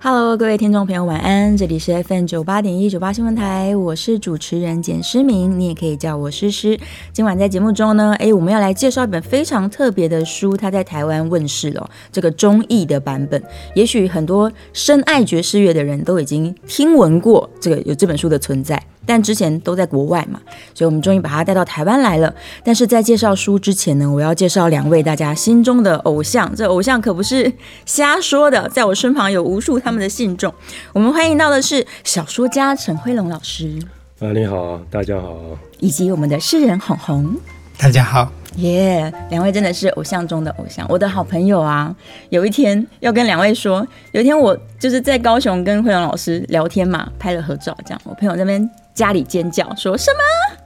Hello，各位听众朋友，晚安！这里是 FM 九八点一九八新闻台，我是主持人简诗明，你也可以叫我诗诗。今晚在节目中呢，诶，我们要来介绍一本非常特别的书，它在台湾问世了哦，这个中译的版本。也许很多深爱爵士乐的人都已经听闻过这个有这本书的存在，但之前都在国外嘛，所以我们终于把它带到台湾来了。但是在介绍书之前呢，我要介绍两位大家心中的偶像，这偶像可不是瞎说的，在我身旁有无数他们的信众。我们欢迎到的是小说家陈辉龙老师，啊，你好，大家好。以及我们的诗人红红。大家好，耶两位真的是偶像中的偶像，我的好朋友啊！有一天要跟两位说，有一天我就是在高雄跟慧龙老师聊天嘛，拍了合照，这样我朋友在那边家里尖叫说什么？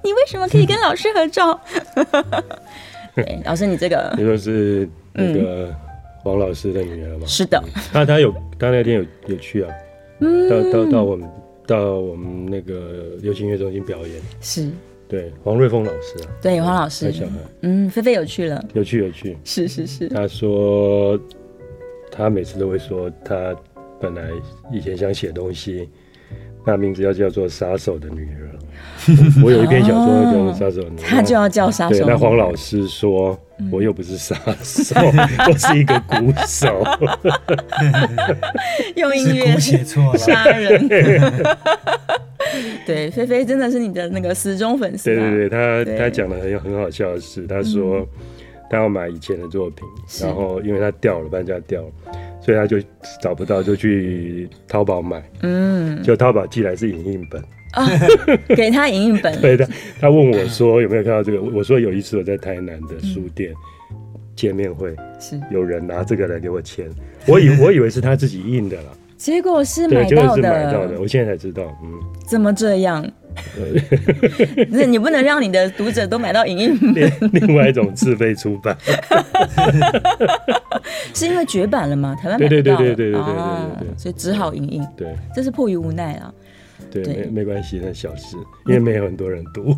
你为什么可以跟老师合照？ 对，老师你这个你说是嗯那个王老师的女儿吗？是的，她她有，她那天有有去啊，嗯到到到我们到我们那个流行音乐中心表演。是对，黄瑞峰老师啊，对黄老带师小，孩嗯，菲菲有趣了，有去有去。是是是，他说，他每次都会说，他本来以前想写东西，那名字要叫做《杀手的女 儿》我。我有一篇小说叫做《杀手的女儿》，哦他就要叫杀对，手。嗯那黄老师说，我又不是杀手， 我是一个鼓 手。用音是乐姑写错了，杀 人。对，菲菲真的是你的那个死忠粉丝、啊，对对对，他对嗯他讲的很有很好笑的事，他说他要买以前的作品，是然后因为他掉了，搬家掉了，所以他就找不到，就去淘宝买，嗯，就淘宝寄来是影印 本。 给他影印本，对的，他问我说有没有看到这个，我我说有一次我在台南的书店嗯见面会，是，有人拿这个来给我签，我以我以为是他自己印的了，结果 是对，买结果到是的，买到的，我现在才知道，嗯。怎么这 样？那你不能让你的读者都买到影印本，另 另外一种自费出版， 是因为绝版了吗？台湾买不对对到了对对对对对对哦对对对所以只好影印，对这是迫于无奈啊！对，对没没关系，那小事，因为没有很多人 读。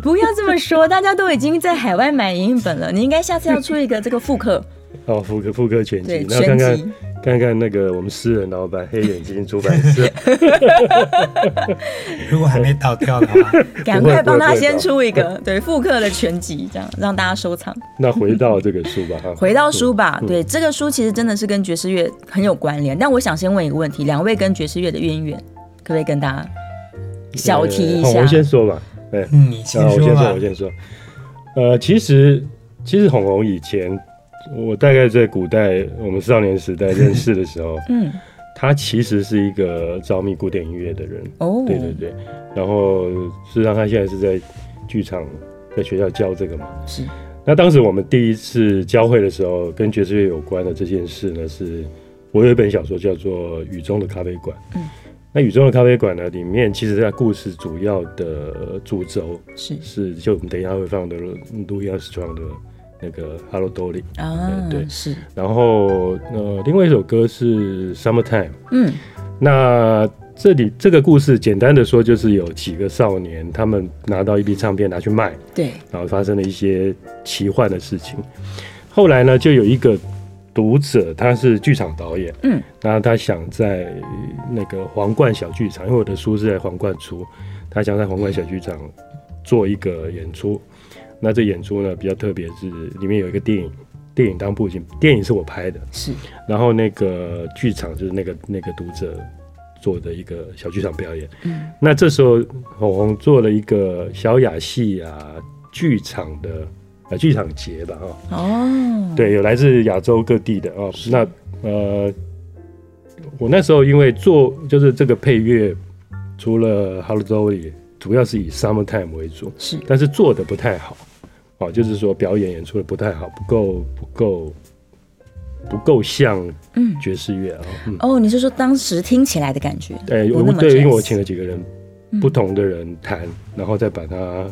不要这么说，大家都已经在海外买影印本了，你应该下次要出一个这个复 刻，哦，妇科妇科全集对，，那看全看集。看看那个我们诗人老板黑眼睛出版 社， 如果还没倒掉的话，赶快帮不他会不会先出一 个，对复刻的全集，这样让大家收藏。那回到这个书吧哈。回到书吧，对这个书其实真的是跟爵士乐很有关联。但我想先问一个问题：两位跟爵士乐的渊源，可不可以跟大家小提一呃下？我先说吧，哎，嗯，你啊先我说先吧说，我。先说。呃，其实其实红红以前，我大概在古代我们少年时代认识 的时候，嗯，他其实是一个着迷古典音乐的人。哦，对对对，然后事实上他现在是在剧场，在学校教这个嘛。是那当时我们第一次交会的时候，跟爵士乐有关的这件事呢，是我有一本小说叫做《雨中的咖啡馆》。嗯，那《雨中的咖啡馆》呢，里面其实它故事主要的主轴是是，就我们等一下会放的路易斯创的那个《Hello Dolly》，啊，对对是，然后呃，另外一首歌是《Summertime》。嗯那这里这个故事，简单的说，就是有几个少年，他们拿到一批唱片拿去卖，对，哦然后发生了一些奇幻的事情。后来呢，就有一个读者，他是剧场导演，嗯，那他想在那个皇冠小剧场，因为我的书是在皇冠出，他想在皇冠小剧场做一个演出。那这演出呢比较特别，是里面有一个电影，电影当布景，电影是我拍的，是然后那个剧场就是那个那个读者做的一个小剧场表演。嗯，那这时候红红做了一个小雅戏啊剧场的呃剧场节吧，哦，哦，对，有来自亚洲各地的哦。那呃，我那时候因为做就是这个配乐，除了 Hello Dolly，主要是以 Summertime 为主，是但是做的不太好，哦，就是说表演演出的不太好，不够不够不够像嗯爵士乐啊。嗯，哦，你是说当时听起来的感觉？哎、有那我么对，因为 jazz 嗯我请了几个人，不同的人弹，然后再把它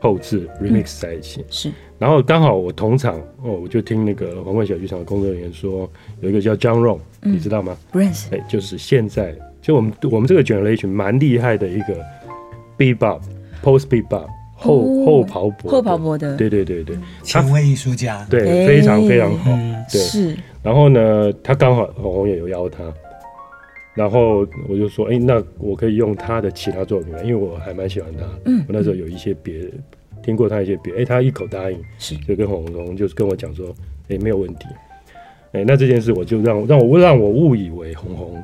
后置嗯 remix 在一起。是，然后刚好我同场哦，我就听那个皇冠小剧场的工作人员说，有一个叫 John Rong，、你嗯知道吗？不认识哎，就是现在，就我们我们这个 generation 蛮厉害的一个 bebop、post bebop 后、哦后跑步后跑博的，对对对对，前卫艺术家，对，哎非常非常好。嗯，对是，然后呢，他刚好红红也有邀他，然后我就说，哎、那我可以用他的其他作品吗？因为我还蛮喜欢他，嗯我那时候有一些别听过他一些别，哎、他一口答应，是就跟红红就是跟我讲说，哎、没有问题，哎、那这件事我就让让我让我误以为红红。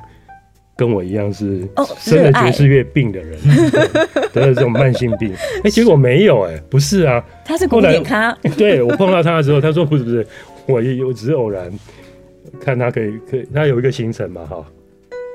跟我一样是哦生了热爱爵士乐病的人， 对得了这种慢性病，哎、结果没有、哎，不是啊，他是古典咖，对我碰到他的时候，他说不是不是，我也我只是偶然看他可以可以，他有一个行程嘛哈，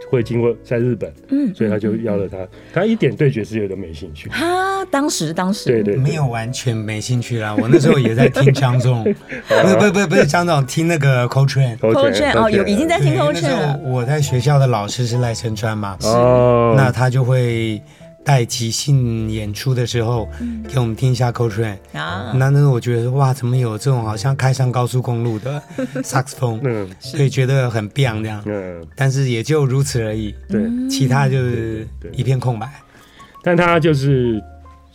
会经过在日本，嗯，所以他就嗯嗯邀了他，他一点对爵士乐都没兴趣，他当时当时对对没对，有完全没兴趣啦。我那时候也在听张仲，不是不是不是不是张总，听那个 Coltrane。 Cold Coltrane， Jam 哦， Coltrane 有已经在听啊对，扣那时券候了，我在学校的老师是赖声川嘛，哦，那他就会带即兴演出的时候给我们听一下 Coltrane。啊，那那时候我觉得哇，怎么有这种好像开上高速公路的萨克斯风，嗯所以觉得很 b 这样。嗯但是也就如此而已，对，嗯其他就是对对对一片空白。但他就是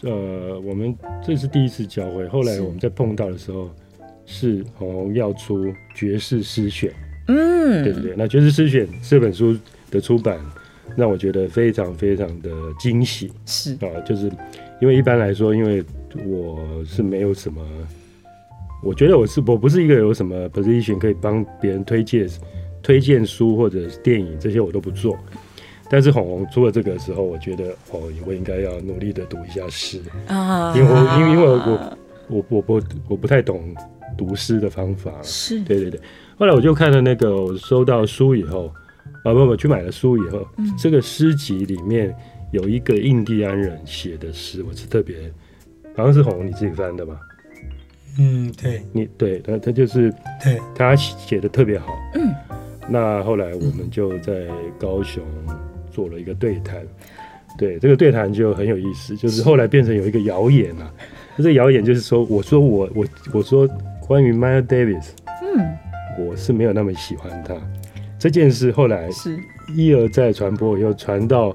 呃，我们这是第一次交会，后来是我们在碰到的时候。是红红要出爵士诗选，嗯，对不对？那《爵士诗选》这本书的出版，让我觉得非常非常的惊喜是啊！就是因为一般来说，因为我是没有什么，我觉得我是我不是一个有什么 position 可以帮别人推荐推荐书或者是电影这些我都不做。但是红红出了这个时候，我觉得哦，我应该要努力的读一下诗。啊，因为我因为因为我我我不我不太懂读诗的方法，是对对对。后来我就看了那个，我收到书以后，啊不不，去买了书以后，这个诗集里面有一个印第安人写的诗，我是特别，好像是红你自己翻的吧？嗯，对你对，他他就是对，他写的特别好，嗯。那后来我们就在高雄做了一个对谈，对这个对谈就很有意思，就是后来变成有一个谣言啊，这个谣言就是说，我说我我我说关于 Miles Davis，嗯我是没有那么喜欢他这件事，后来是一而再传播，又传到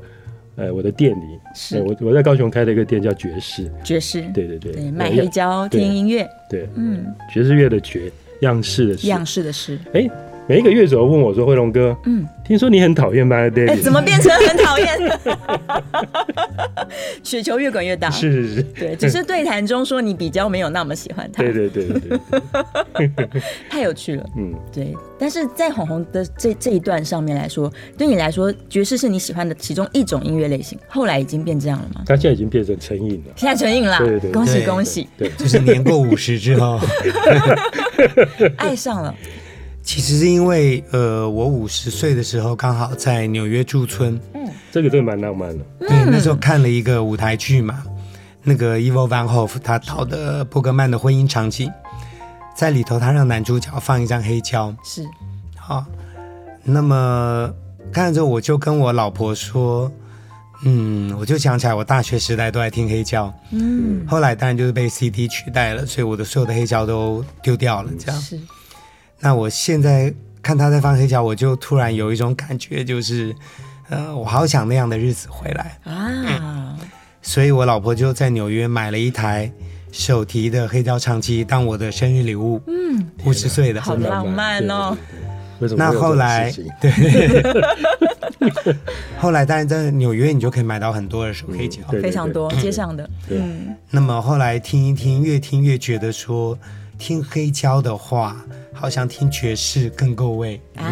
呃我的店里，是呃我我在高雄开了一个店叫爵士，爵士，对对对，对，卖黑胶对听音乐，对嗯，爵士乐的爵，样式的式样式的诗，哎，每一个乐手问我说：“慧龙哥，嗯嗯，听说你很讨厌 m y d a 哎， v i 怎么变成很讨 厌？雪球越滚越大，是是是，对，只是对谈中说你比较没有那么喜欢他，对对对对对，太有趣了。嗯，对，但是在红红的这这一段上面来说，对你来说，爵士是你喜欢的其中一种音乐类型，后来已经变这样了吗？他现在已经变成成瘾了。现在成瘾啦，对对对恭喜对恭喜，对，就是年过五十之 后，爱上了，其实是因为呃，我五十岁的时候刚好在纽约驻村，这个真的蛮浪漫的。对，那时候看了一个舞台剧嘛，那个 Evo Van Hof 他导的伯格曼的婚姻场景，在里头他让男主角放一张黑胶，是好，啊那么看了之后我就跟我老婆说，嗯，我就想起来我大学时代都在听黑胶，嗯，后来当然就是被 CD 取代了，所以我的所有的黑胶都丢掉了，这样。是，那我现在看他在放黑胶，我就突然有一种感觉，就是，呃，我好想那样的日子回来。啊，嗯所以我老婆就在纽约买了一台手提的黑胶唱机当我的生日礼物，嗯，五十岁的。好浪漫哦对。对对为什么那会有这种后来事情，对，后来当然在纽约你就可以买到很多二手黑胶。对对非常多街上的，对嗯，那么后来听一听，越听越觉得说，听黑胶的话，好像听爵士更够味。啊，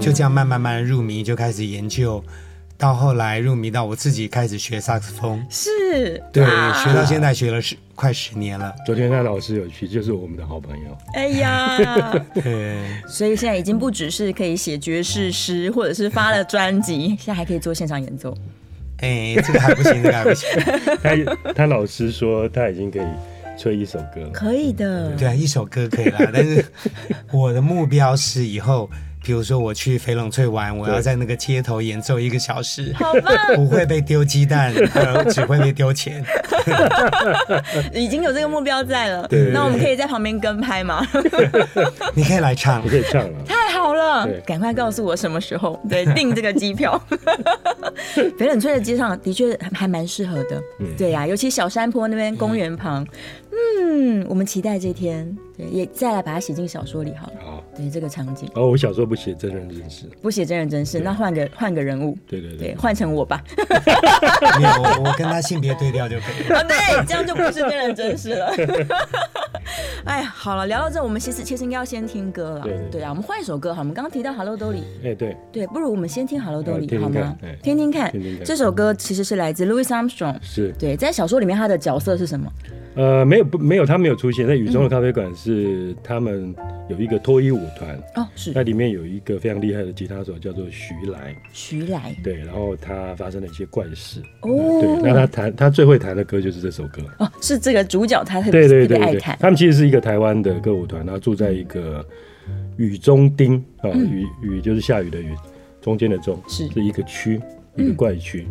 就这样慢慢慢慢入迷，就开始研究，到后来入迷到我自己开始学萨克斯风，是，对，啊学到现在学了十快十年了，昨天那老师有去，就是我们的好朋友，哎呀，对，所以现在已经不只是可以写爵士诗，或者是发了专辑，现在还可以做现场演奏，哎，这个还不行，这个还不行，他他老师说他已经可以吹一首歌，可以的，对啊，一首歌可以啦，但是我的目标是以后，比如说我去翡冷翠玩，我要在那个街头演奏一个小时，好棒，不会被丢鸡蛋，呃只会被丢钱。 已经有这个目标在了对对，对那我们可以在旁边跟拍吗？你可以来唱你，可以唱了。太好了对，赶快告诉我什么时候，对，订这个机票。翡冷翠的街上的确还蛮适合的，对呀、尤其小山坡那边公园旁，嗯，我们期待这天，对，也再来把它写进小说里好了。好，哦对这个场景，然后我小时候不写真人真事，不写真人真事，那换个换个人物，对对对，对，换成我 吧。没有我我跟他性别对调就可以了。啊，对，这样就不是真人真事了。 哎呀，好了，聊到这，我们其实其实应该要先听歌了。对对对啊，我们换一首歌好，我们刚刚提到《Hello Dolly》，哎对，对，不如我们先听《Hello 好 Dolly 听》好听看吗哎？听听看听听，看这首歌其实是来自 Louis Armstrong。是，对，在小说里面他的角色是什么？呃，没有不没有，他没有出现在雨中的咖啡馆，是他们有一个脱衣舞团，哦，是那里面有一个非常厉害的吉他手叫做徐来，徐来。对，然后他发生了一些怪事，对，那哦，他弹他最会弹的歌就是这首歌，哦，是这个主角他特别对对特对别爱对，看。他们其实是一个台湾的歌舞团，然后住在一个雨中町啊，雨雨就是下雨的雨，中间的中嗯是嗯是一个区，一个怪区。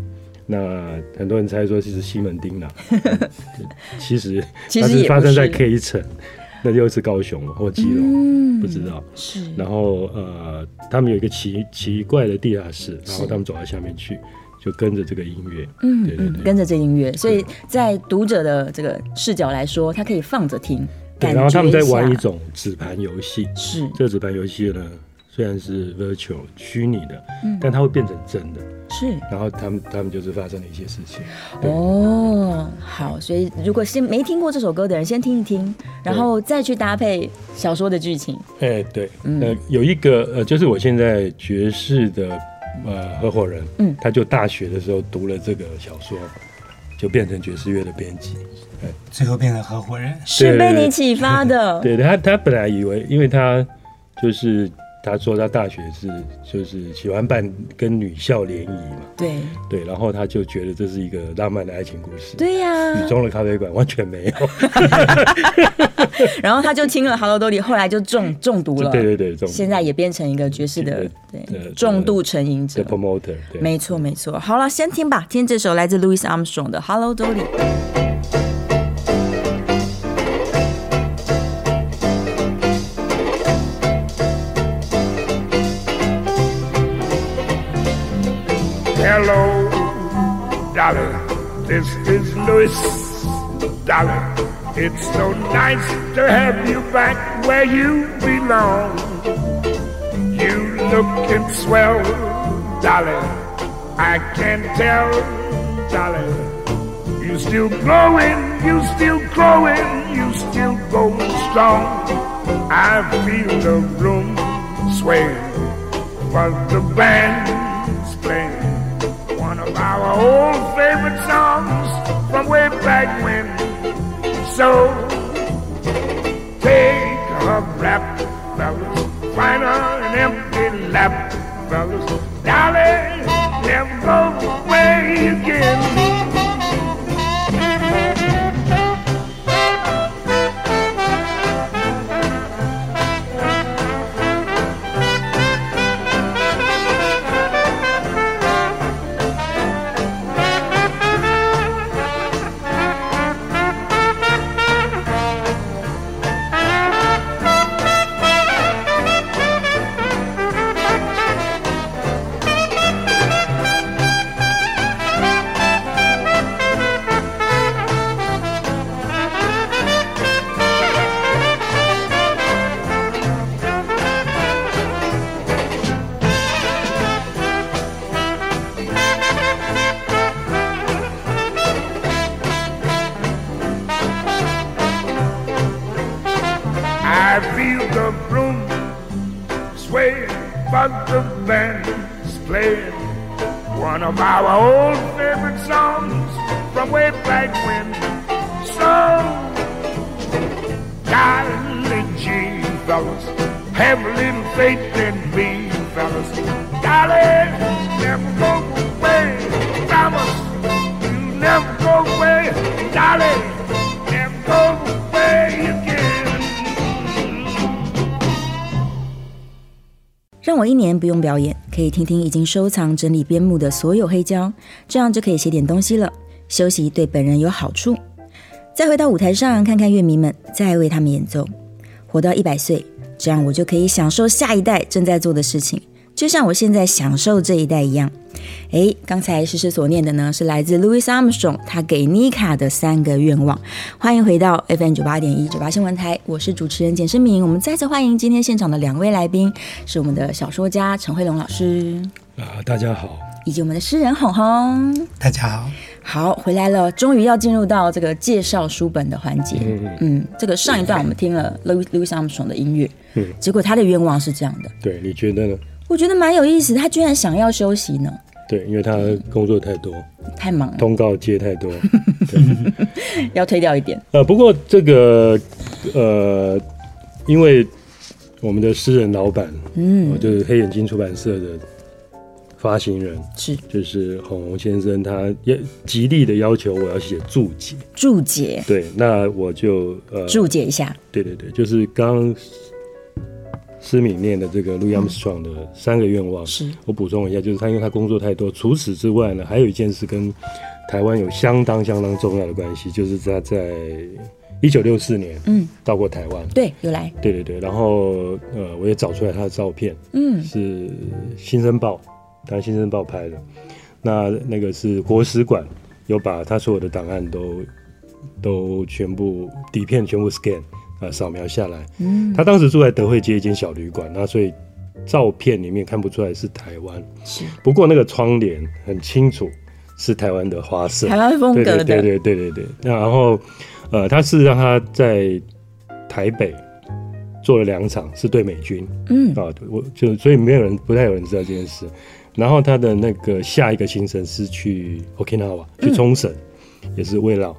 那很多人猜说是西门町 啦，嗯其实其它实也是不发生在是 K 城，那又是高雄或基嗯隆，不知道。是然后呃，他们有一个奇奇怪的地下室，然后他们走到下面去，就跟着这个音乐，嗯对对嗯，对跟着这音乐，所以在读者的这个视角来说，他可以放着听，对，感然后他们在觉玩一下种纸盘游戏，是这个纸盘游戏呢，虽然是 virtual 虚拟的，嗯但它会变成真的。是然后他们他们就是发生了一些事情，对哦，好，所以如果先没听过这首歌的人，先听一听，然后再去搭配小说的剧情。哎、对，嗯呃，有一个呃，就是我现在爵士的呃合伙人，嗯他就大学的时候读了这个小说，就变成爵士乐的编辑。最后变成合伙人，是被对你启发的，对他，他本来以为，因为他就是他说他大学是就是喜欢办跟女校联谊嘛，对对，然后他就觉得这是一个浪漫的爱情故事。对啊呀、雨中的咖啡馆完全 没有，然后他就听了《Hello Dolly》，后来就中中毒了，对对对，这种现在也变成一个爵士的对对对对重度成瘾者。的 promoter，对，没错没错，好了，先听吧，听这首来自 Louis Armstrong 的《Hello Dolly》。 Hello, Dolly. This is Louis. Dolly, it's so nice to have you back where you belong. You looking swell, Dolly. I can tell, Dolly. You still growing, you still growing, you still going strong. I feel the room swaying was the band's playing one of our old favorite songs from way back when. So take her rap, fellas, find her an empty lap, fellas. Dolly, never away again. I feel the room sway, but the band's playing one of our old favorite songs from way back when. So, golly gee, fellas, have a little faith in me, fellas. Golly, never go away, promise you never go away, golly, never go 让我一年不用表演，可以听听已经收藏、整理、编目的所有黑胶，这样就可以写点东西了。休息对本人有好处。再回到舞台上，看看乐迷们，再为他们演奏。活到一百岁，这样我就可以享受下一代正在做的事情，就像我现在享受这一代一样。诶，刚才诗诗所念的呢，是来自 Louis Armstrong 他给妮卡的三个愿望。欢迎回到 FM 九八点一九八新闻台，我是主持人简诗明。我们再次欢迎今天现场的两位来宾，是我们的小说家陈慧龙老师，啊，大家好，以及我们的诗人红红。大家好，好，回来了，终于要进入到这个介绍书本的环节。嗯嗯这个上一段我们听了 Louis Louis Armstrong 的音乐，嗯结果他的愿望是这样的，对，你觉得呢？我觉得蛮有意思，他居然想要休息呢，对，因为他工作太多，太忙了，通告接 太多。要推掉一点。呃，不过这个呃，因为我们的诗人老板，嗯呃，就是黑眼睛出版社的发行人，是就是洪洪先生，他也极力的要求我要写注解。注解，对，那我就呃，注解一下，对对对，就是刚刚诗敏念的这个路易斯爽的三个愿望，嗯是我补充一下，就是他因为他工作太多，除此之外呢，还有一件事跟台湾有相当相当重要的关系，就是他在一九六四年嗯，到过台湾。对，有来，对对对，然后呃，我也找出来他的照片，嗯，是《新生报》，当然《新生报》拍的。那那个是国史馆有把他所有的档案都都全部底片全部 scan 啊、扫描下来。嗯，他当时住在德惠街一间小旅馆，那所以照片里面看不出来是台湾，是不过那个窗帘很清楚是台湾的花色，台湾风格的，对对对对对对。那然后，呃，他事实上他在台北做了两场，是对美军嗯，啊，我就所以没有人不太有人知道这件事。然后他的那个下一个行程是去 Okinawa 去冲绳，也是慰劳。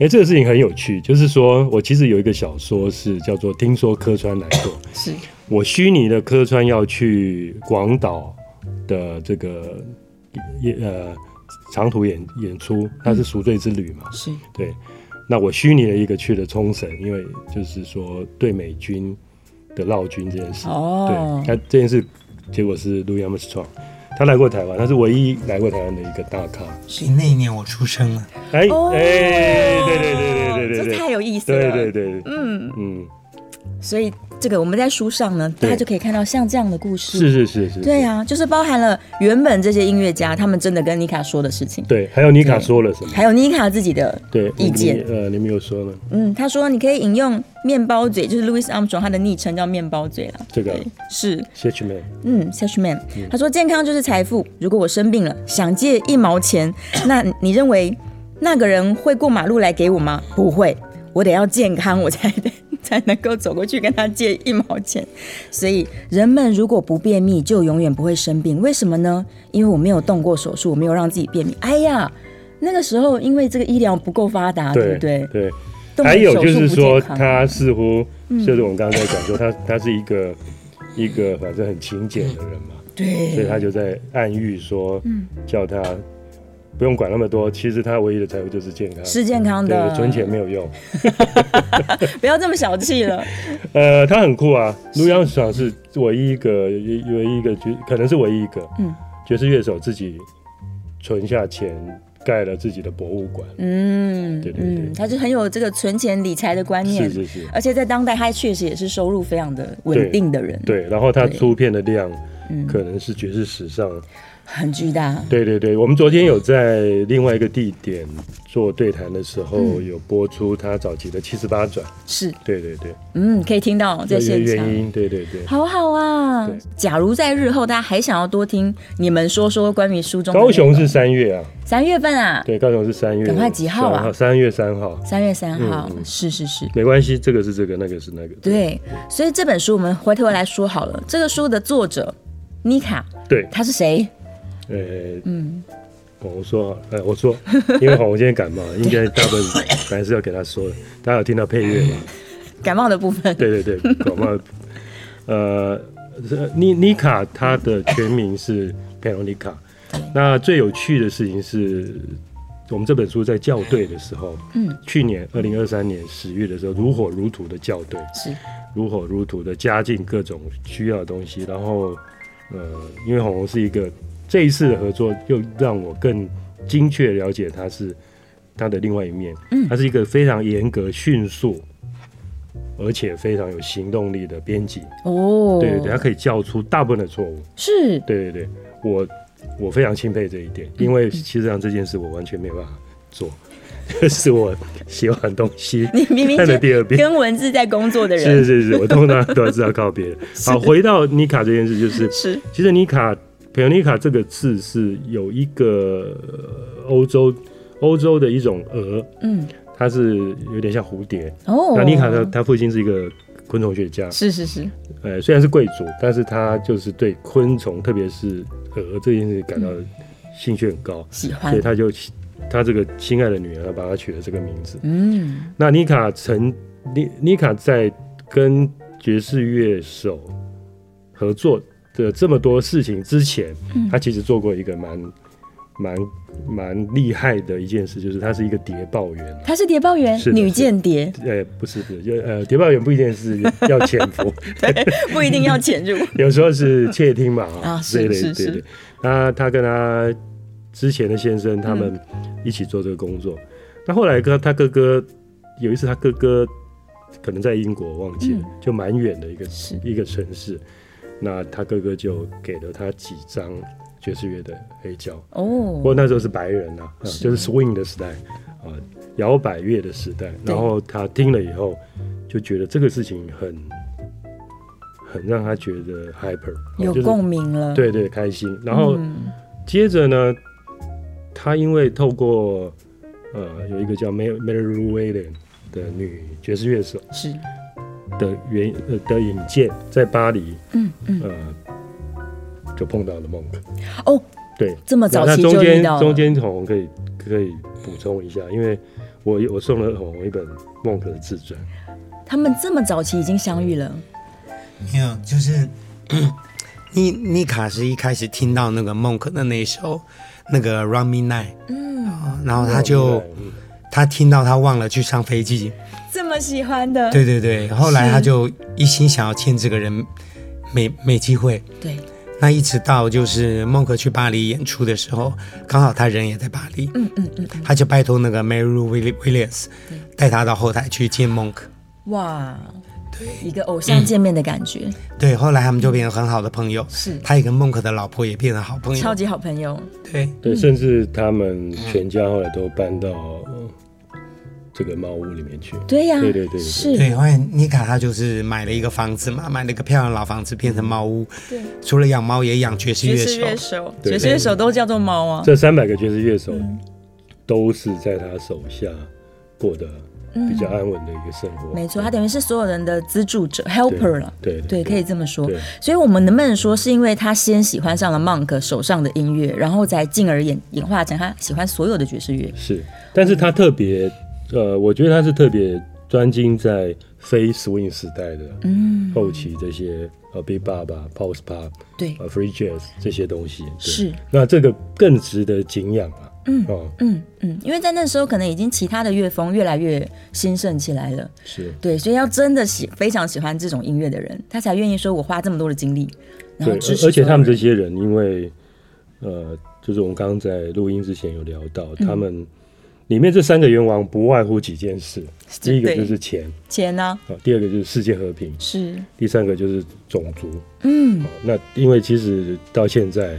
哎、这个事情很有趣，就是说我其实有一个小说是叫做《听说科川来过》，是我虚拟的科川要去广岛的这个演呃长途演演出，它是赎罪之旅嘛，是，对。那我虚拟了一个去了冲绳，因为就是说对美军的闹军这件事，哦对，那这件事结果是 Louis Armstrong，他来过台湾，他是唯一来过台湾的一个大咖。是那一年我出生了，哎哎、哦对对对对对对这太对，有意思了，对对对，嗯嗯，所以这个我们在书上呢，大家对就可以看到像这样的故事，是是是是，对啊，就是包含了原本这些音乐家他们真的跟妮卡说的事情，对，还有妮卡说了什么？还有妮卡自己的对，意见你呃，你们有说呢？嗯，他说你可以引用面包嘴，就是 Louis Armstrong 他的昵称叫面包嘴啦。这个对是，谢曲妹，嗯 s a s h Man，他说健康就是财富。如果我生病了，想借一毛 钱，那你认为那个人会过马路来给我吗？不会，我得要健康，我才 才能够走过去跟他借一毛钱。所以人们如果不便秘，就永远不会生病。为什么呢？因为我没有动过手术，我没有让自己便秘。哎呀，那个时候因为这个医疗不够发达，啊对不对？对，动还有就手术是不健说，康嗯他似乎就是我们刚刚在讲说，他他是一个一个反正很勤俭的人嘛，所以对他就在暗喻说，嗯叫他不用管那么多，其实他唯一的财富就是健康，是健康的对，，存钱没有用。不要这么小气了。呃，他很酷啊，陆央爽是唯一一个唯一一个爵，可能是唯一一个，嗯爵士乐手自己存下钱盖了自己的博物馆，嗯，对对对嗯，他就很有这个存钱理财的观念，是是是。而且在当代他确实也是收入非常的稳定的人，，对，然后他对出片的量嗯可能是爵士史上，很巨大，对对对，我们昨天有在另外一个地点做对谈的时候，有播出他早期的七十八转，是，对对对，嗯，可以听到在这现些场原。因，对对对。好好啊对！假如在日后大家还想要多听你们说说关于书中的高雄内是容三月啊，三月份啊，对，高雄是三月，赶快几号啊三月三号，三月三号嗯，嗯是是是，没关系，这个是这个，那个是那个，对。所以这本书我们回头来说好了，这个书的作者妮卡，对，他是谁？呃，嗯，我说好了，呃，我说，因为好，我今天 感冒，应该大部分本来是要给他说的，大家有听到配乐吗？感冒的部分，对对对，广告。呃，是妮妮卡她的全名是佩罗妮卡。那最有趣的事情是，我们这本书在校对的时候，嗯，去年二零二三年十月的时候，如火如荼的校对，是如火如荼的加进各种需要的东西，然后呃，因为红红是一个这一次的合作，又让我更精确了解他是他的另外一面。嗯他是一个非常严格、迅速，而且非常有行动力的编辑。哦，对对对，他可以叫出大部分的错误。是对对对，我我非常钦佩这一点，嗯因为其实上这件事我完全没有办法做， 是我写完东西你明明看了就第二遍。跟文字在工作的是人是是，我通常都是要靠别人。好，回到妮卡这件事，就是是其实妮卡培养妮卡这个字是有一个呃欧洲欧洲的一种蛾，嗯它是有点像蝴蝶。哦，那妮卡呢，她父亲是一个昆虫学家，是是是呃，虽然是贵族，但是他就是对昆虫，特别是蛾这件事感到兴趣很高，喜所欢以，他就他这个心爱的女儿，把她取了这个名字。嗯那妮卡曾妮妮卡在跟爵士乐手合作的这么多事情之前，嗯她其实做过一个蛮蛮蛮厉害的一件事，就是她是一个谍报员。她是谍报员是，的女是间谍，呃，不是不是，就呃，谍报员不一定是要潜伏，不一定要潜 入，有时候是窃听嘛， 啊这一类是是对是对。那他跟他之前的先生他们一起做这个工作。那后来跟他哥哥有一次，他哥哥可能在英国，我忘记了，嗯就蛮远的一个是一个城市。那他哥哥就给了他几张爵士乐的黑胶，不过哦，那时候是白人啊，啊就是 swing 的时代啊，摇摆乐的时代。对然后他听了以后，就觉得这个事情很很让他觉得 hyper，啊有就是共鸣了，，对对开心。然后嗯接着呢，他因为透过呃有一个叫 Mary Mary Lou Williams 的女爵士乐手是，的原呃的引荐，在巴黎嗯嗯，呃就碰到了孟克。哦，对，这么早那期中就遇间到中了，间红红可以可以补充一下，因为我我送了红红一本孟克的自传，他们这么早期已经相遇了，没有，就是妮妮卡是一开始听到那个孟克的那一首那个《Run Me Night 哦嗯，》，然后他就嗯他听到他忘了去上飞机，这么喜欢的，对对对，后来他就一心想要见这个人，没没机会。对，那一直到就是孟克去巴黎演出的时候，刚好他人也在巴黎，嗯嗯嗯，嗯他就拜托那个 Mary Lou Willi- Williams 带他到后台去见孟克。哇，对，嗯一个偶像见面的感觉，对，后来他们就变成很好的朋友，是他也跟孟克的老婆也变成好嗯朋超友。级好朋友，对，嗯对，甚至他们全家后来都搬到呃这个猫屋里面去，对呀，对对对对是，对，后来妮卡她就是买了一个房子嘛，买了一个漂亮的老房子，变成猫屋。对，除了养猫，也养爵士爵乐士手。乐手，对爵士乐手都叫做猫啊，这三百个爵士乐手嗯都是在他手下过得比较安稳的一个生活，嗯没错，他等于是所有人的资助者 helper 了。对对对，可以这么说对。所以，我们能不能说是因为他先喜欢上了 Monk 手上的音乐，然后再进而演演化成他喜欢所有的爵士乐？是，但是他特别呃，我觉得他是特别专精在非 swing 时代的嗯，后期这些呃 big bop 啊 post pop 对，呃 free jazz 这些东西。对是，那这个更值得敬仰啊。嗯哦，嗯嗯，因为在那时候可能已经其他的乐风越来越兴盛起来了，是对，所以要真的喜非常喜欢这种音乐的人，他才愿意说我花这么多的精力，然对，后支持而而所且有他们人这些人，因为呃，就是我们刚刚在录音之前有聊到，嗯他们里面这三个愿望不外乎几件事，第一个对就是钱钱呢、啊，第二个就是世界和平，是，第三个就是种族。哦嗯，那因为其实到现在，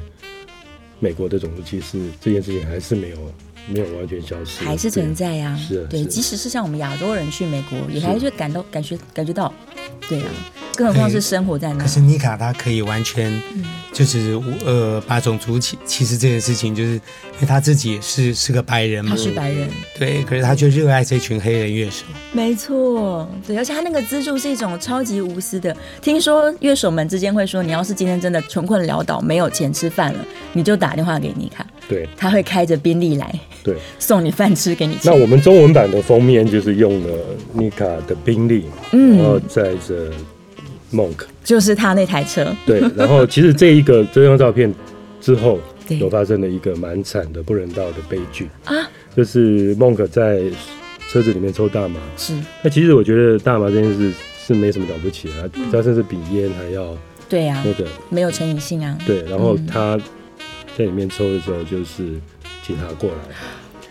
美国的种族歧视这件事情还是没有没有完全消失，还是存在呀、是啊对，是啊即使是像我们亚洲人去美国，也是还是会感到感觉感觉到，对啊，更何哎况是对生活在那可。是妮卡她可以完全嗯就是呃把种族歧歧视这件事情，就是因为她自己也是是个白人嘛他，是白人，对，可是她却热爱这群黑人乐手。没错，对，而且他那个资助是一种超级无私的。听说乐手们之间会说，你要是今天真的穷困潦倒，没有钱吃饭了，你就打电话给妮卡，对他会开着宾利来对。送你饭吃，给你 钱。那我们中文版的封面就是用了妮卡的宾利，嗯然后载着 Monk，就是他那台车，对，然后其实这一个这张照片之后对有发生了一个蛮惨的不人道的悲剧啊，就是 Monk 在车子里面抽大麻。是啊嗯那其实我觉得大麻这件事是没什么了不起的，它甚至比烟还要对啊，那个没有成瘾性啊，对，然后他在里面抽的时候，就是警察过来，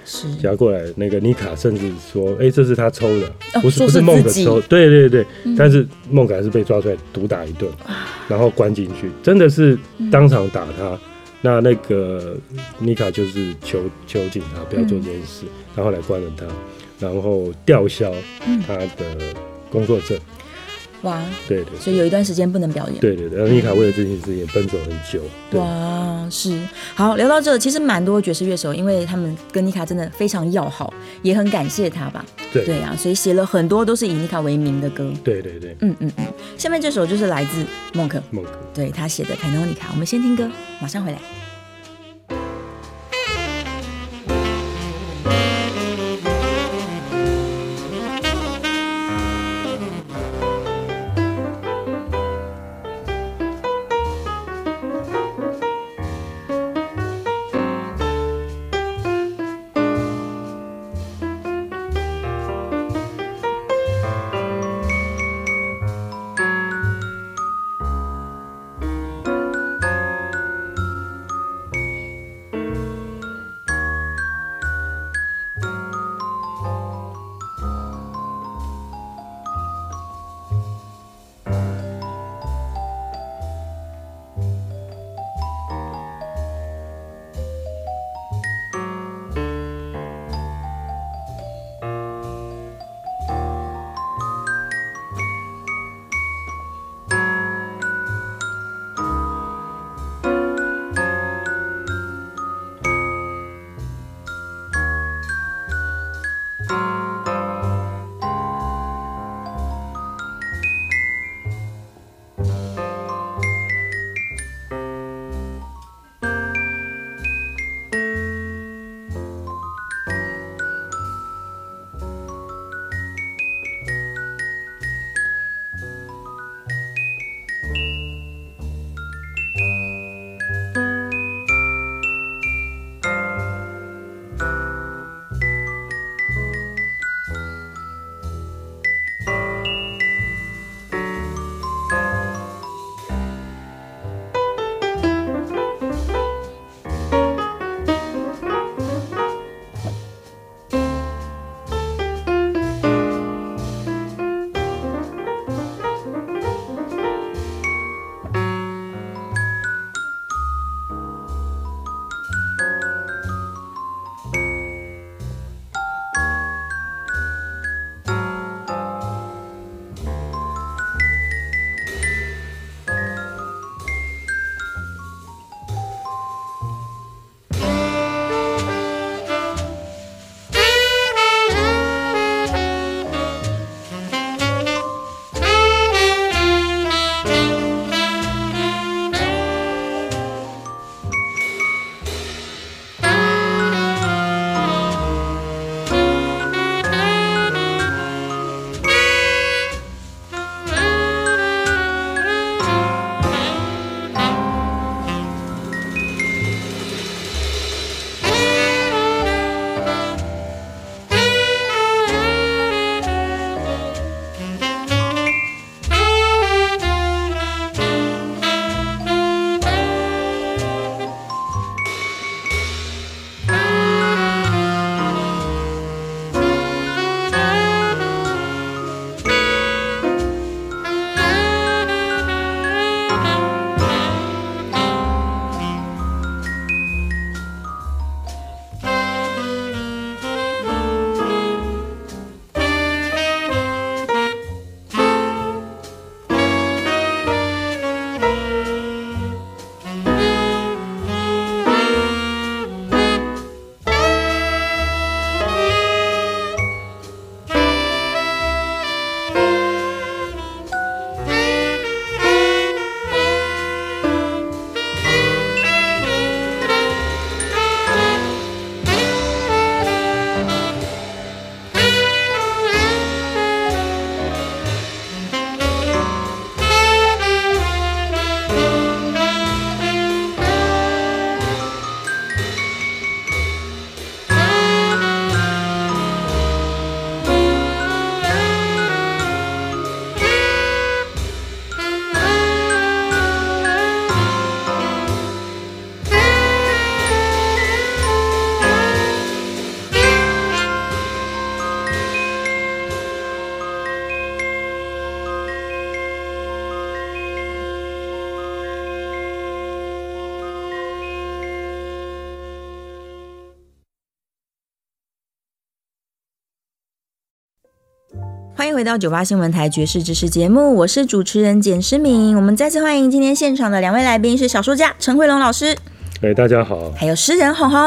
是警察过来，那个妮卡甚至说：“哎、这是他抽的，哦不是说不是是梦可自己嗯抽。”对对对，但是梦可还是被抓出来毒打一顿，啊然后关进去，真的是当场打他。嗯那那个妮卡就是求求警察不要做这件事，嗯然后来关了他，然后吊销他的工作证。哇，对对所以有一段时间不能表演。对对对，然后妮卡为了这件事也奔走很久。对。哇，是好聊到这，其实蛮多爵士乐手，因为他们跟妮卡真的非常要好，也很感谢她吧。对对啊，所以写了很多都是以妮卡为名的歌。对对对，嗯嗯嗯，下面这首就是来自孟克，梦可。对他写的《Panonica》，我们先听歌，马上回来。 Thank 欢迎回到九八新闻台爵士知识节目，我是主持人简诗敏。我们再次欢迎今天现场的两位来宾是小说家陈慧龙老师，哎、大家好，还有诗人红红。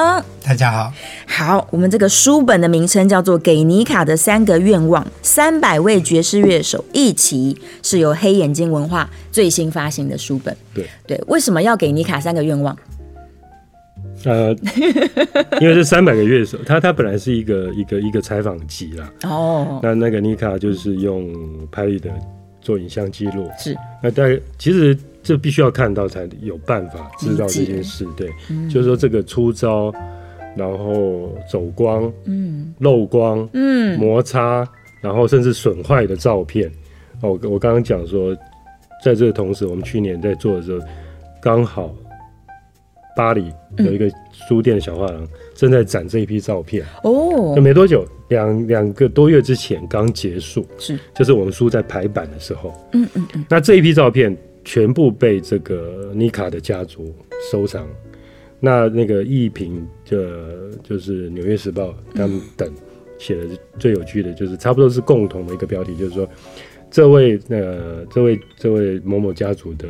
大家好，好，我们这个书本的名称叫做《给妮卡的三个愿望》，三百位爵士乐手一起，是由黑眼睛文化最新发行的书本。对对，为什么要给妮卡三个愿望？呃，因为这三百个乐手，他他本来是一个一个一个采访集啦，哦，那那个妮卡就是用拍立得做影像记录，是那大概其实这必须要看到才有办法知道这件事，对，嗯就是说这个出招，然后走光、嗯漏光、嗯摩擦，然后甚至损坏的照片。哦，我我刚刚讲说，在这个同时，我们去年在做的时候，刚好巴黎有一个书店的小画廊、正在展这一批照片，哦就没多久，两两个多月之前刚结束，是就是我们书在排版的时候。嗯嗯嗯那这一批照片全部被这个妮卡的家族收藏。那那个艺评的，就是《纽约时报》他们等写的最有趣的就是，差不多是共同的一个标题，就是说这位呃这位这位某某家族的，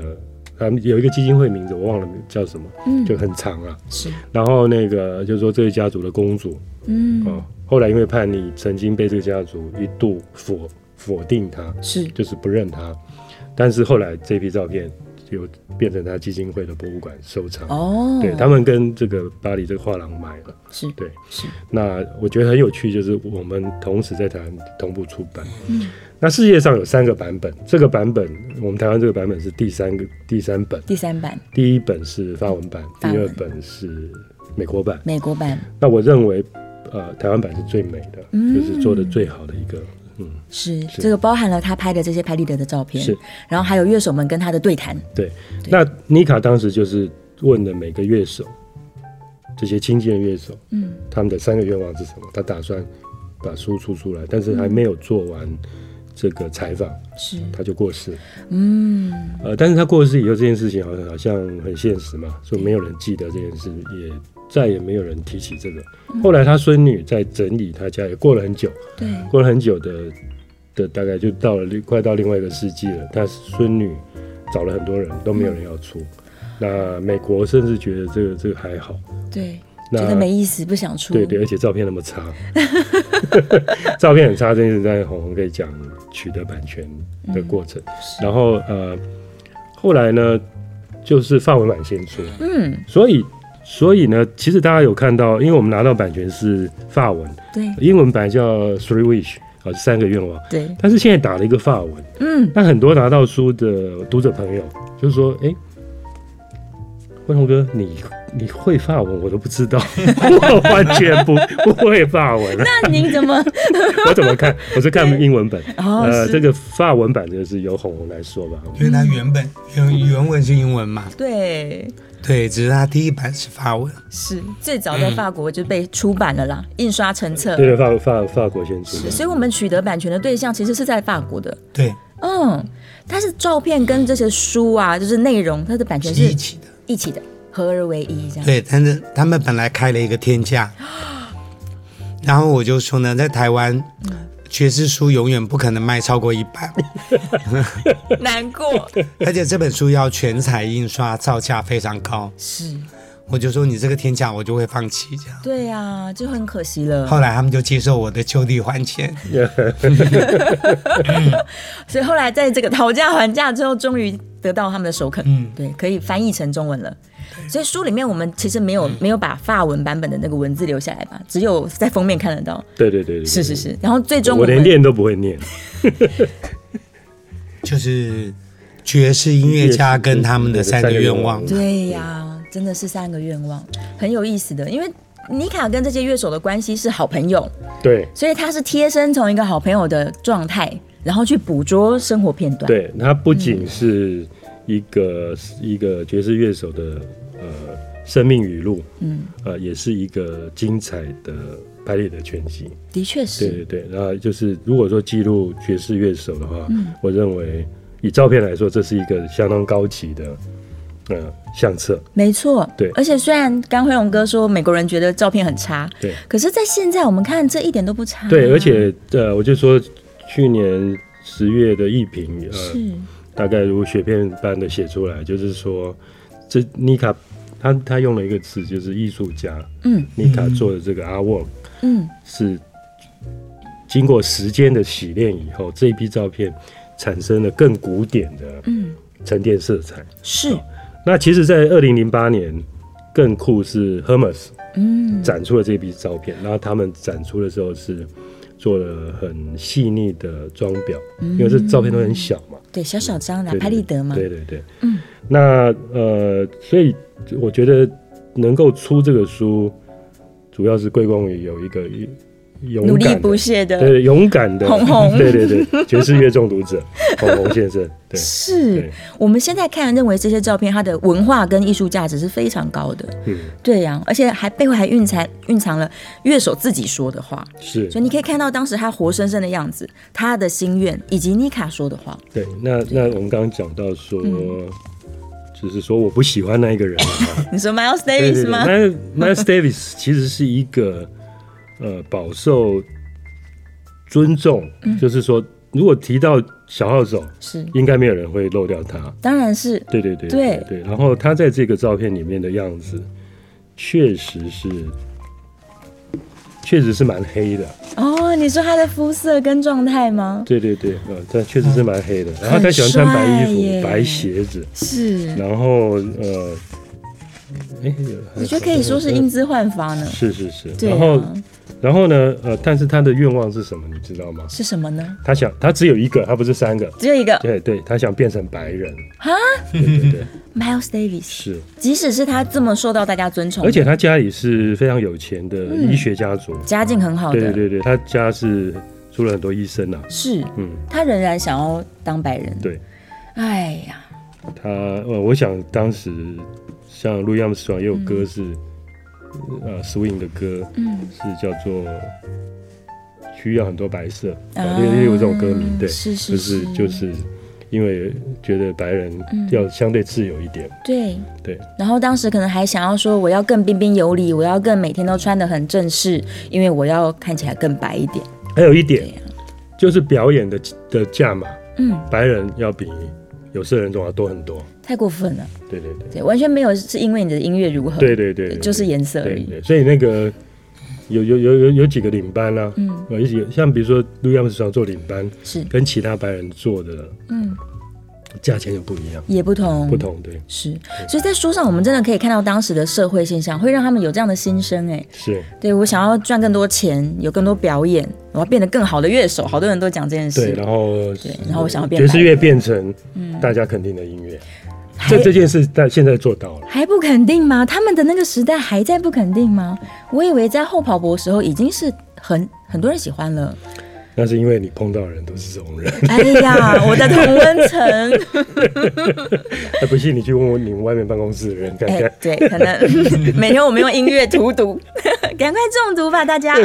他们有一个基金会名字我忘了叫什么，嗯就很长啊。是然后那个就是说这位家族的公主嗯哦，后来因为叛逆，曾经被这个家族一度否否定她，是就是不认他。但是后来这批照片有变成他基金会的博物馆收藏，哦，对他们跟这个巴黎这个画廊买了。是对是那我觉得很有趣，就是我们同时在台湾同步出版。嗯那世界上有三个版本，这个版本我们台湾这个版本是第三个第三本，第三版第一本是法文版，第法文二本是美国版。美国版那我认为，呃，台湾版是最美的，嗯就是做的最好的一个。嗯，是是这个包含了他拍的这些拍立得的照片，是，然后还有乐手们跟他的对谈，对，那妮卡当时就是问了每个乐手，这些亲近的乐手，嗯，他们的三个愿望是什么？他打算把书出出来，但是还没有做完这个采访，嗯是他就过世。嗯呃，但是他过世以后，这件事情好像好像很现实嘛，所以没有人记得这件事，也再也没有人提起这个。嗯后来他孙女在整理他家，也过了很久，对过了很久的的大概就到了另快到另外一个世纪了。他孙女找了很多人都没有人要出，那美国甚至觉得这个这个还好，对，那觉得没意思，不想出，对对，而且照片那么差， 照片很差这件事，在红红可以讲取得版权的过程。嗯是然后呃，后来呢，就是范文版先出，嗯所以所以呢，其实大家有看到，因为我们拿到版权是法文，对英文版叫 Three Wish 啊，三个愿望。对但是现在打了一个法文，嗯那很多拿到书的读者朋友就是说，哎、文宏哥，你你会法文，我都不知 道，我完全不不会法文啊， 那您怎么 我怎么看？我是看英文版，哦呃，是这个法文版就是由红红来说吧，因为它原本原原文是英文嘛，对对，只是它第一版是法文，是最早在法国就被出版了啦，印刷成册，对对，法法法国先出是，所以我们取得版权的对象其实是在法国的，对，嗯，但是照片跟这些书啊，就是内容，它的版权是一是起的。一起的，合而为一这样，对，但是他们本来开了一个天价，然后我就说呢，在台湾，爵士书永远不可能卖超过一百，难过而且这本书要全彩印刷，造价非常高。是。我就说你这个天价，我就会放弃这样。对呀、就很可惜了。后来他们就接受我的就地还钱，所以后来在这个讨价还价之后，终于得到他们的首肯。嗯，对，可以翻译成中文了。所以书里面我们其实没有、没有把法文版本的那个文字留下来吧，只有在封面看得到。对对对对，是是是。然后最终我连们念都不会念，就是爵士音乐家跟他们的三个愿望。对呀、真的是三个愿望，很有意思的。因为妮卡跟这些乐手的关系是好朋友，对。所以他是贴身从一个好朋友的状态，然后去捕捉生活片段。， 对，他不仅是一个、一个爵士乐手的呃生命语录，嗯，呃，也是一个精彩的拍立得全集。的确对是对对，然后就是如果说记录爵士乐手的话，嗯我认为以照片来说，这是一个相当高级的呃相册。没错，对而且虽然刚辉龙哥说美国人觉得照片很差，对可是，在现在我们看这一点都不差、对，而且呃，我就说去年十月的艺评，呃，是大概如雪片般的写出来，就是说，这妮卡他他用了一个词，就是艺术家。嗯妮卡做的这个 artwork 嗯是经过时间的洗练以后，这一批照片产生了更古典的嗯沉淀色彩。是那其实，在二零零八年，更酷是 Hermes 嗯展出了这批照片，然后他们展出的时候是做了很细腻的装裱，嗯因为这照片都很小嘛。对小小张的对拍立得嘛，对对对，嗯，那呃，所以我觉得能够出这个书，主要是归功于有一个勇努力敢的不懈的对勇敢的红红 对对对，爵士乐中毒者红红先生，对是对，我们现在看认为这些照片，它的文化跟艺术价值是非常高的，嗯对呀、而且还背后还蕴藏蕴藏了乐手自己说的话，是所以你可以看到当时他活生生的样子，他的心愿以及妮卡说的话，对。那那我们刚刚讲到说，嗯就是说我不喜欢那一个人 嘛，你说 Miles 对 Davis 对对吗？ ，Miles Miles Davis 其实是一个呃饱受尊重，嗯就是说，如果提到小号手，是，应该没有人会漏掉他。当然是对对对对对。然后他在这个照片里面的样子，确实是，确实是蛮黑的。哦。你说他的肤色跟状态吗？对对对，呃，他确实是蛮黑的。然后他喜欢穿白嗯很帅衣耶服、白鞋子，是，然后呃，哎，我觉得可以说是英姿焕发呢。是是是，对然后啊，然后呢？呃，但是他的愿望是什么？你知道吗？是什么呢？他想，他只有一个，他不是三个。只有一个对对，他想变成白人。啊对对对， Miles Davis，是。即使是他这么受到大家尊崇，而且他家里是非常有钱的嗯医学家族。家境很好对对的，对对，他家是出了很多医生啊。是嗯，他仍然想要当白人。对，哎呀，他呃，我想当时像 Louis Armstrong 也有歌是、呃 swing 的歌，嗯，是叫做需要很多白色，啊啊，也有这种歌名，对，嗯是是就是是就是因为觉得白人要相对自由一点，对。对，然后当时可能还想要说，我要更彬彬有礼，我要更每天都穿得很正式，因为我要看起来更白一点。还有一点对呀啊就是表演的的价码，嗯，白人要比有色人种要多很多，太过分了，对对对，对，完全没有是因为你的音乐如何，对对对，对呃就是颜色而对已。对，所以那个有有有有有几个领班啦、啊，嗯，有几个像比如说 Louis Armstrong 做领班，是，跟其他白人做的，嗯，价钱也不一样，也不同，不同对，是。所以在书上，我们真的可以看到当时的社会现象，会让他们有这样的心声。哎，是，对我想要赚更多钱，有更多表演，我要变得更好的乐手。好多人都讲这件对，事，然后对然后我想要变爵白士人嗯乐变成大家肯定的音乐，还这这件事但现在做到了，还不肯定吗？他们的那个时代还在不肯定吗？我以为在后跑博时候已经是很很多人喜欢 了。那是因为你碰到的人都是这种人，哎呀，我的同温 层，还不信你去问问你们外面办公室的人看哎看，，对，可 能每天我们用音乐荼毒， 赶快中毒吧，大 家。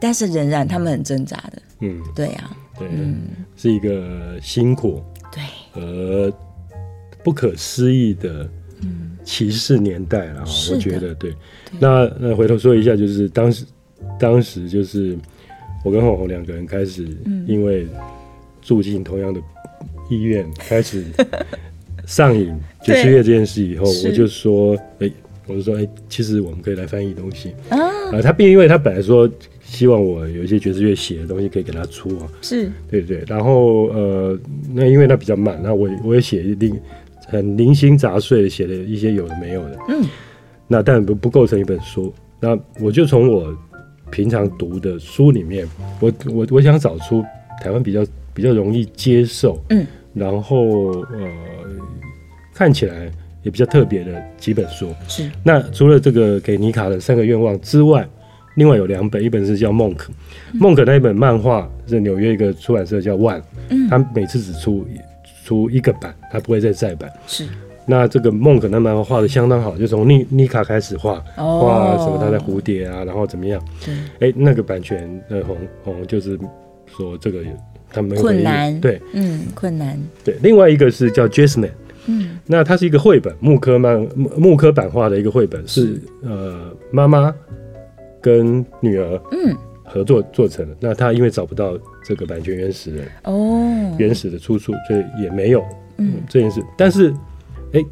但是仍然他们很挣扎的，嗯，对啊呀、对，是一个辛苦对，和不可思议的。歧视年代了啊，嗯是的我觉得对。那那回头说一下，就是当时，当时就是我跟红红两个人开始，嗯因为住进同样的医院，开始 上瘾爵士乐这件事以后，是我就说，哎、我就说，哎、其实我们可以来翻译东西啊啊。他并因为他本来说希望我有一些爵士乐写的东西可以给他出啊，是对对，对然后呃，那因为那比较慢，那我也我也写零很零星杂碎的写了一些有的没有的，嗯，那但不不构成一本书。那我就从我平常读的书里面，我我我想找出台湾比较比较容易接受，嗯，然后呃看起来也比较特别的几本书。是，那除了这个给尼卡的三个愿望之外，另外有两本，一本是叫《Monk》，《Monk》那一本漫画是纽约一个出版社叫 One，嗯它每次只出出一个版，它不会再再版。是那这个 Monk 那漫画画的相当好，就从妮妮卡开始画，哦画什么他的蝴蝶啊，然后怎么样？对，哎，那个版权呃红红就是说这个他没有困回应难对嗯，困难，对，另外一个是叫 Jasmine。嗯，那它是一个绘本，木刻漫木木刻版画的一个绘本，是呃妈妈跟女儿嗯，合作做成了。那他因为找不到这个版权原始人、哦，原始的出处，所以也没有嗯这件事。但是，哎、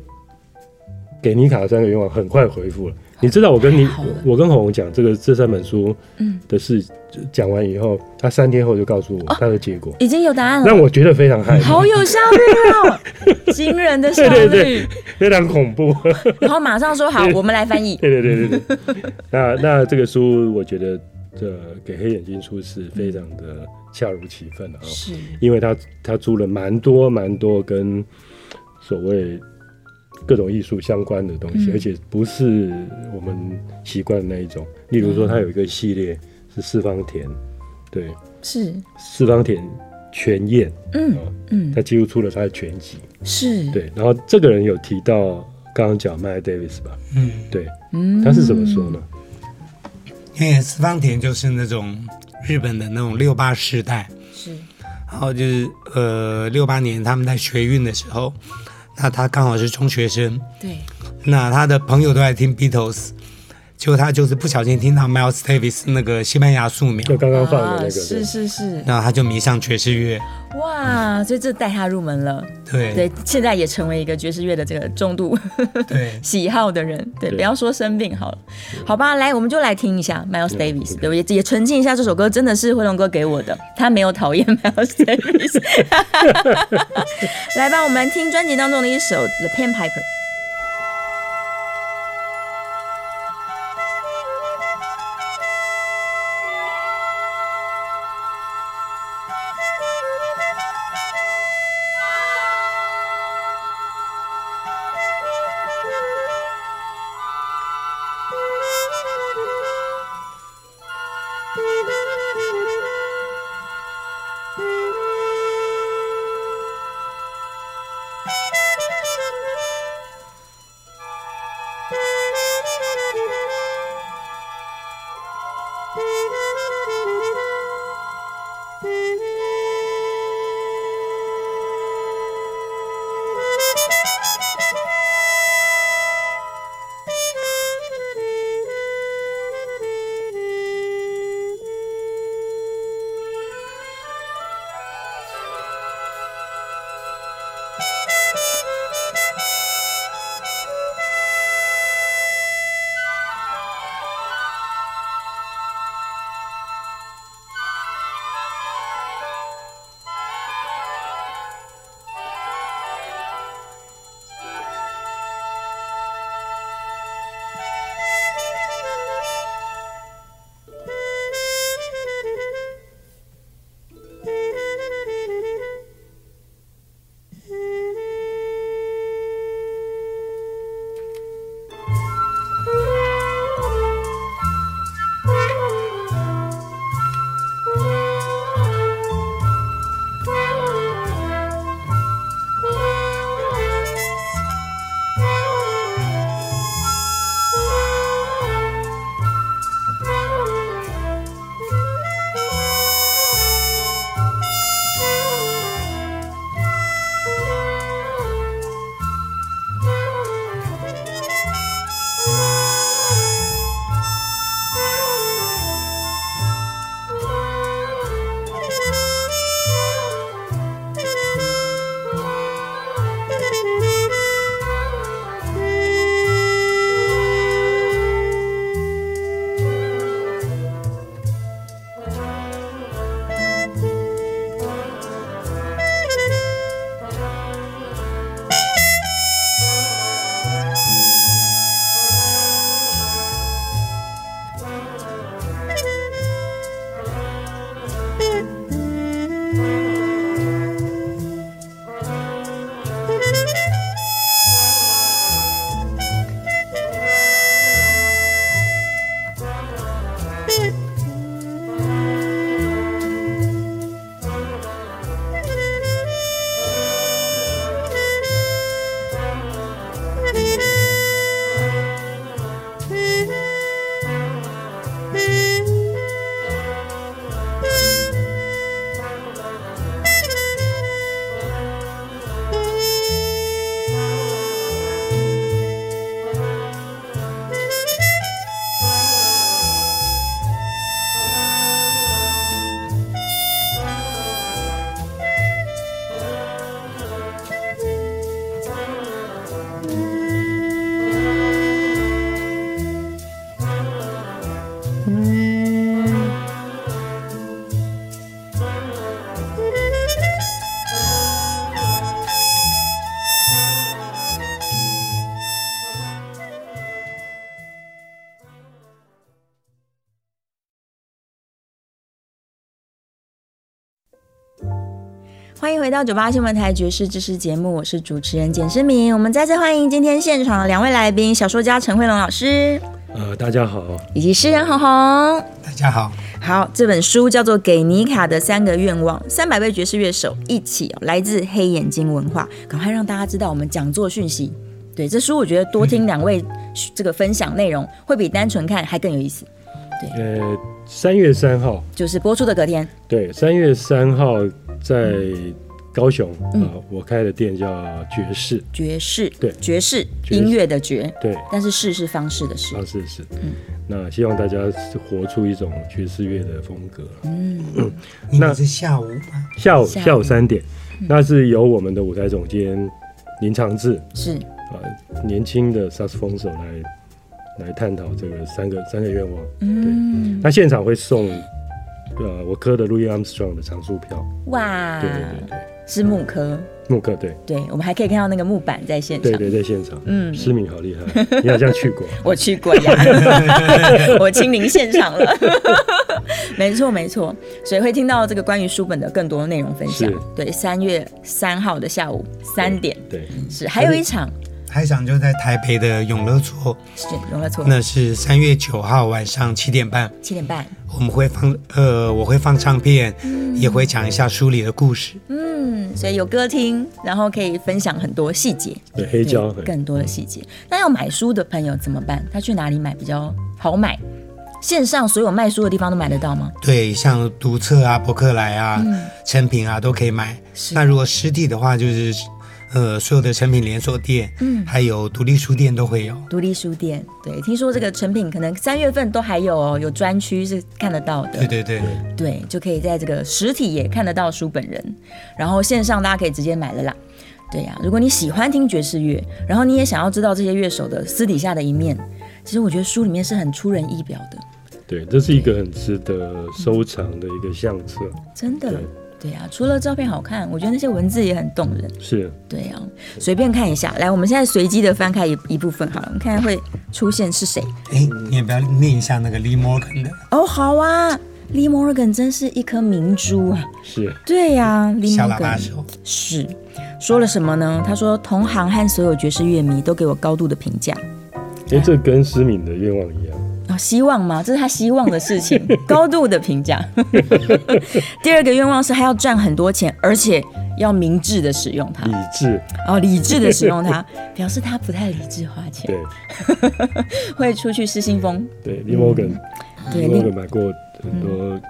给尼卡三个愿望很快回复了。你知道我跟你太好了，我跟红红讲这个这三本书嗯的事，讲完以后，他三天后就告诉我他的结果，已经有答案了，让我觉得非常害怕，好有效 率哦，惊人的效率。对对对非常恐怖。然后马上说好，我们来翻译。对对对对对。 那那这个书，我觉得这给黑眼睛出是非常的恰如其分的啊、是，因为他他出了蛮多蛮多跟所谓各种艺术相关的东嗯西，而且不是我们习惯的那一种。例如说，他有一个系列是四方田，对，是，四方田全宴啊、嗯嗯，他几乎出了他的全集。是，对，然后这个人有提到刚刚讲麦 Davis 吧？嗯，对，嗯，他是怎么说呢？因为四方田就是那种日本的那种六八时代，是，然后就是呃六八年他们在学运的时候，那他刚好是中学生，对，那他的朋友都在听 Beatles，结果他就是不小心听到 Miles Davis 那个西班牙素描，就刚刚放的那啊个，对是是是，然后他就迷上爵士乐，哇，所以这带他入门了。对对，现在也成为一个爵士乐的这个重度 对喜好的人。对，对不要说生病好了，好吧，来，我们就来听一下 Miles 嗯 Davis，、 OK 对，我也也澄清一下，这首歌真的是辉龙哥给我的，他没有讨厌 Miles Davis。来吧，我们听专辑当中的一首《The Pan Piper》。 Thank you. 欢迎回到九八新闻台爵士知识节目，我是主持人简诗明。我们再次欢迎今天现场的两位来宾，小说家陈慧龙老师呃，大家好，以及诗人红红。大家好，好，这本书叫做《给妮卡的三个愿望》，三百位爵士乐手一起哦、来自黑眼睛文化，赶快让大家知道我们讲座讯息。对，这书我觉得多听两位这个分享内容，会比单纯看还更有意思。呃，三月三号，就是播出的隔天，对，三月三号在高雄啊、嗯呃我开的店叫爵士，爵士，对爵士爵士音乐的爵，对，但是事是方式的事。啊，是是，嗯那希望大家是活出一种爵士乐的风格。你那们是下午吗？下午嗯下午嗯下午三点，那是由我们的舞台总监林长志是，啊、年轻的萨克斯风手来来探讨这个三个三个愿望。嗯，那现场会送呃我科的 Louis Armstrong 的常驻票，哇，对对对对，是木科，木克对对我们还可以看到那个木板在现场对。对在现场，嗯思敏好厉害，你好像去过，啊 我去过呀，我亲临现场了。 没错，没错，所以会听到这个关于书本的更多内容分享是。对，三月三号的下午三点对，是，还有一场开场就在台北的永乐座，是容乐错那是三月九号晚上七点半，七点半，我们会放呃，我会放唱片，也会讲一下书里的故事。嗯，所以有歌听，然后可以分享很多细节，对黑胶对很更多的细节。那要买书的朋友怎么办？他去哪里买比较好买？线上所有卖书的地方都买得到吗？对，像读册啊、博客来啊、成品啊都可以买。嗯是那如果实体的话，就是呃，所有的成品连锁店，嗯，还有独立书店都会有。独立书店，对，听说这个成品可能三月份都还有哦，有专区是看得到的。对对对，对，就可以在这个实体也看得到书本人，然后线上大家可以直接买了啦。对呀、如果你喜欢听爵士乐，然后你也想要知道这些乐手的私底下的一面，其实我觉得书里面是很出人意表的，对，这是一个很值得收藏的一个相册，真的对。对呀、除了照片好看，我觉得那些文字也很动人。是对呀、随便看一下。来，我们现在随机的翻开一一部分好了，我们看看会出现是谁。哎，你也不要念一下那个 Lee Morgan 的，哦，好啊，Lee Morgan 真是一颗明珠啊！是。对呀、l e e 小喇叭 Morgan 手。是说了什么呢？他说，同行和所有爵士乐迷都给我高度的评价哎、这跟思敏的愿望一样，啊、希望吗？这是他希望的事情， 高度的评价。 第二个愿望是他要赚很多钱，而且要明智的使用它嗯理，智，哦，理智的使用它， 表示他不太理智花钱，对会出去失心疯。对，李摩根，嗯对嗯李你摩根买过很多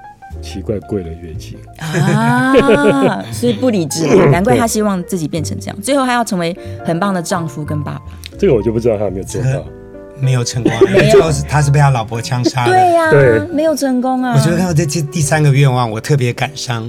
奇怪贵的乐器，啊，所以不理智嗯嘛，难怪他希望自己变成这样。最后，他要成为很棒的丈夫跟爸爸。这个我就不知道他有没有做到。没有成功啊，因为最后是他是被他老婆枪杀的。对呀、对没有成功啊。我觉得看到这第第三个愿望，我特别感伤。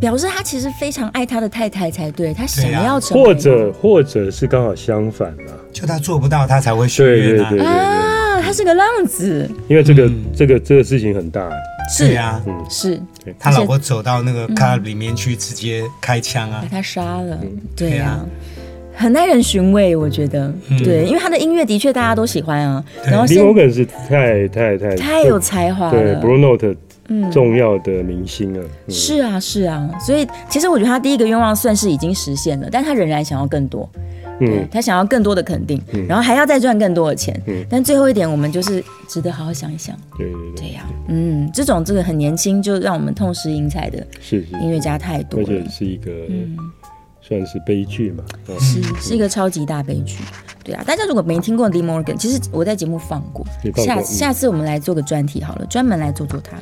表示他其实非常爱他的太太才对，他想要成为或者或者是刚好相反啦、就他做不到，他才会许对对愿对啊对。对，啊，他是个浪子，因为这个、这个这个事情很大，是啊，是他老婆走到那个 club 里面去，直接开枪啊把。他杀了，嗯对对嗯呀啊。很耐人寻味，我觉得，对，因为他的音乐的确大家都喜欢啊，然后李现摩根是太太太太有才华对了，嗯 Blue Note 重要的明星了，嗯是啊是啊，所以其实我觉得他第一个愿望算是已经实现了，但他仍然想要更多，对嗯，他想要更多的肯定，然后还要再赚更多的钱，但最后一点我们就是值得好好想一想，对对对对，呀、嗯，这种这个很年轻就让我们痛失英才的是是，音乐家太多而了且，是一个、算是悲剧嘛，啊嗯是是一个超级大悲剧。对啊，大家如果没听过 Lee Morgan，其实我在节目放过，你放过下嗯下次我们来做个专题好了，专门来做做他。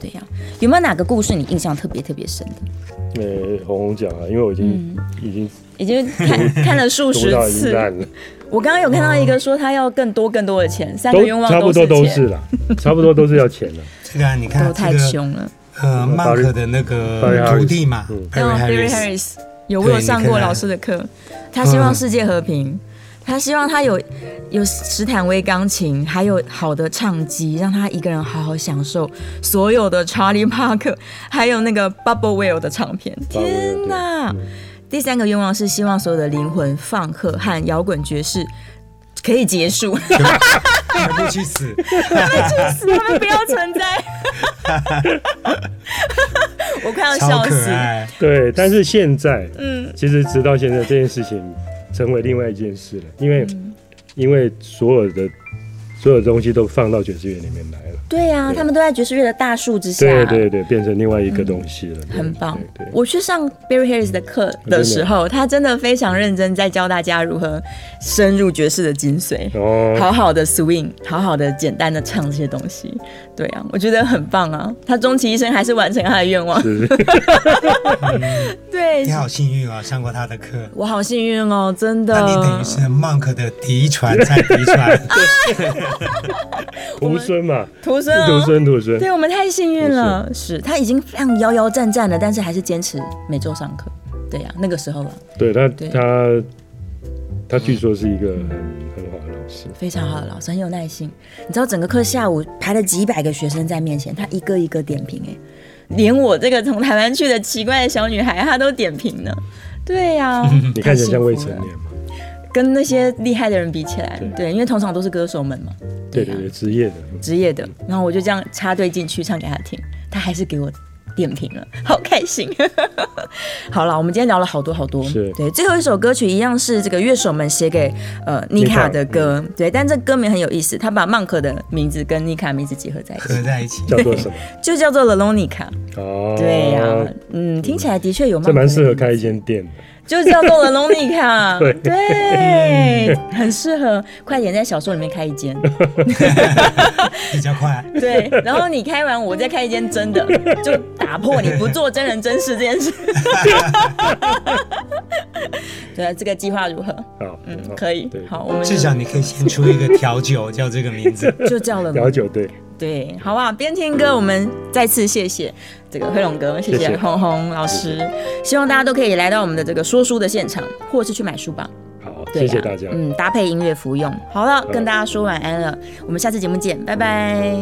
对呀、有没有哪个故事你印象特别特别深的？呃，红红讲啊，因为我已经、已经已经看 看了数嗯读十到次一，烂了，我刚刚有看到一个说他要更多更多的钱，三个愿望差不多哦都是钱是啦，差不多都是要钱的。这个啊，你都看这太个凶了。呃，嗯曼克的那 Barry 个 Harris 徒弟嘛嗯哦，Barry 哎 Barry Harris，嗯 Harris，有我有上过老师的课，他希望世界和平，他希望他有有斯坦威钢琴，还有好的唱机，让他一个人好好享受所有的查理·帕克，还有那个 Bubble Whale 的唱片。天哪！第三个愿望是希望所有的灵魂放克和摇滚爵士可以结束，全部 去死！他们去死，他们不要存在。 我快要超笑可死。爱，对，但是现在，嗯，其实直到现在，这件事情成为另外一件事了，因为、嗯因为所有的所有东西都放到爵士乐里面来了，对呀、他们都在爵士乐的大树之下。对对对，变成另外一个东西了，对啊很棒对。对我去上 Barry Harris 的课的时候，他真的非常认真在教大家如何深入爵士的精髓，哦好好的 swing，好好的简单的唱这些东西。对啊，我觉得很棒啊！他终其一生还是完成他的愿望。 是对你，好幸运哦，上过他的课。我好幸运哦，真那你等的于。是 Monk 的嫡传再嫡传，徒孙嘛，徒孙徒哦。孙徒孙， 对我们太幸运了，是他已经非常摇摇战战了，但是还是坚持每周上课。对呀、那个时候啊，对他对他他据说是一个很很好的老师，非常好的老师，很有耐心。你知道整个课下午排了几百个学生在面前，他一个一个点评、哎，连我这个从台湾去的奇怪的小女孩，她都点评呢。对呀、你看起太来幸像福啊未成了年嘛，跟那些厉害的人比起来，对，因为通常都是歌手们嘛，啊对呀对对，职业的，职业的。然后我就这样插队进去唱给他听，他还是给我点评了， 好开心。好了，我们今天聊了好多好多。是对，最后一首歌曲一样是这个乐手们写给呃妮卡 Nika，嗯的歌，对，但这歌名很有意思，他把曼克的名字跟妮卡名字结合在一起，合在一起。叫做什么？就叫做 Lelonica。哦， 对呀、嗯，听起来的确有曼这克的蛮适合名字开一间店的。就叫做了 Lonica， 对对，很适合，快点在小说里面开一间，比较快。 对，然后你开完我再开一间真 的，就打破你不做真人真事这件事。 对，啊这个计划如何？好，好嗯，可以对，，好，我们就至少你可以先出一个调酒，叫这个名字。就叫了调酒对，对，好不好？边听歌，我们再次谢谢这个黑龙哥，谢谢谢谢红红老师，希望大家都可以来到我们的这个说书的现场，或是去买书吧。好，对啊谢谢大家。嗯，搭配音乐服用。好了，跟大家说晚安了，我们下次节目见，拜拜。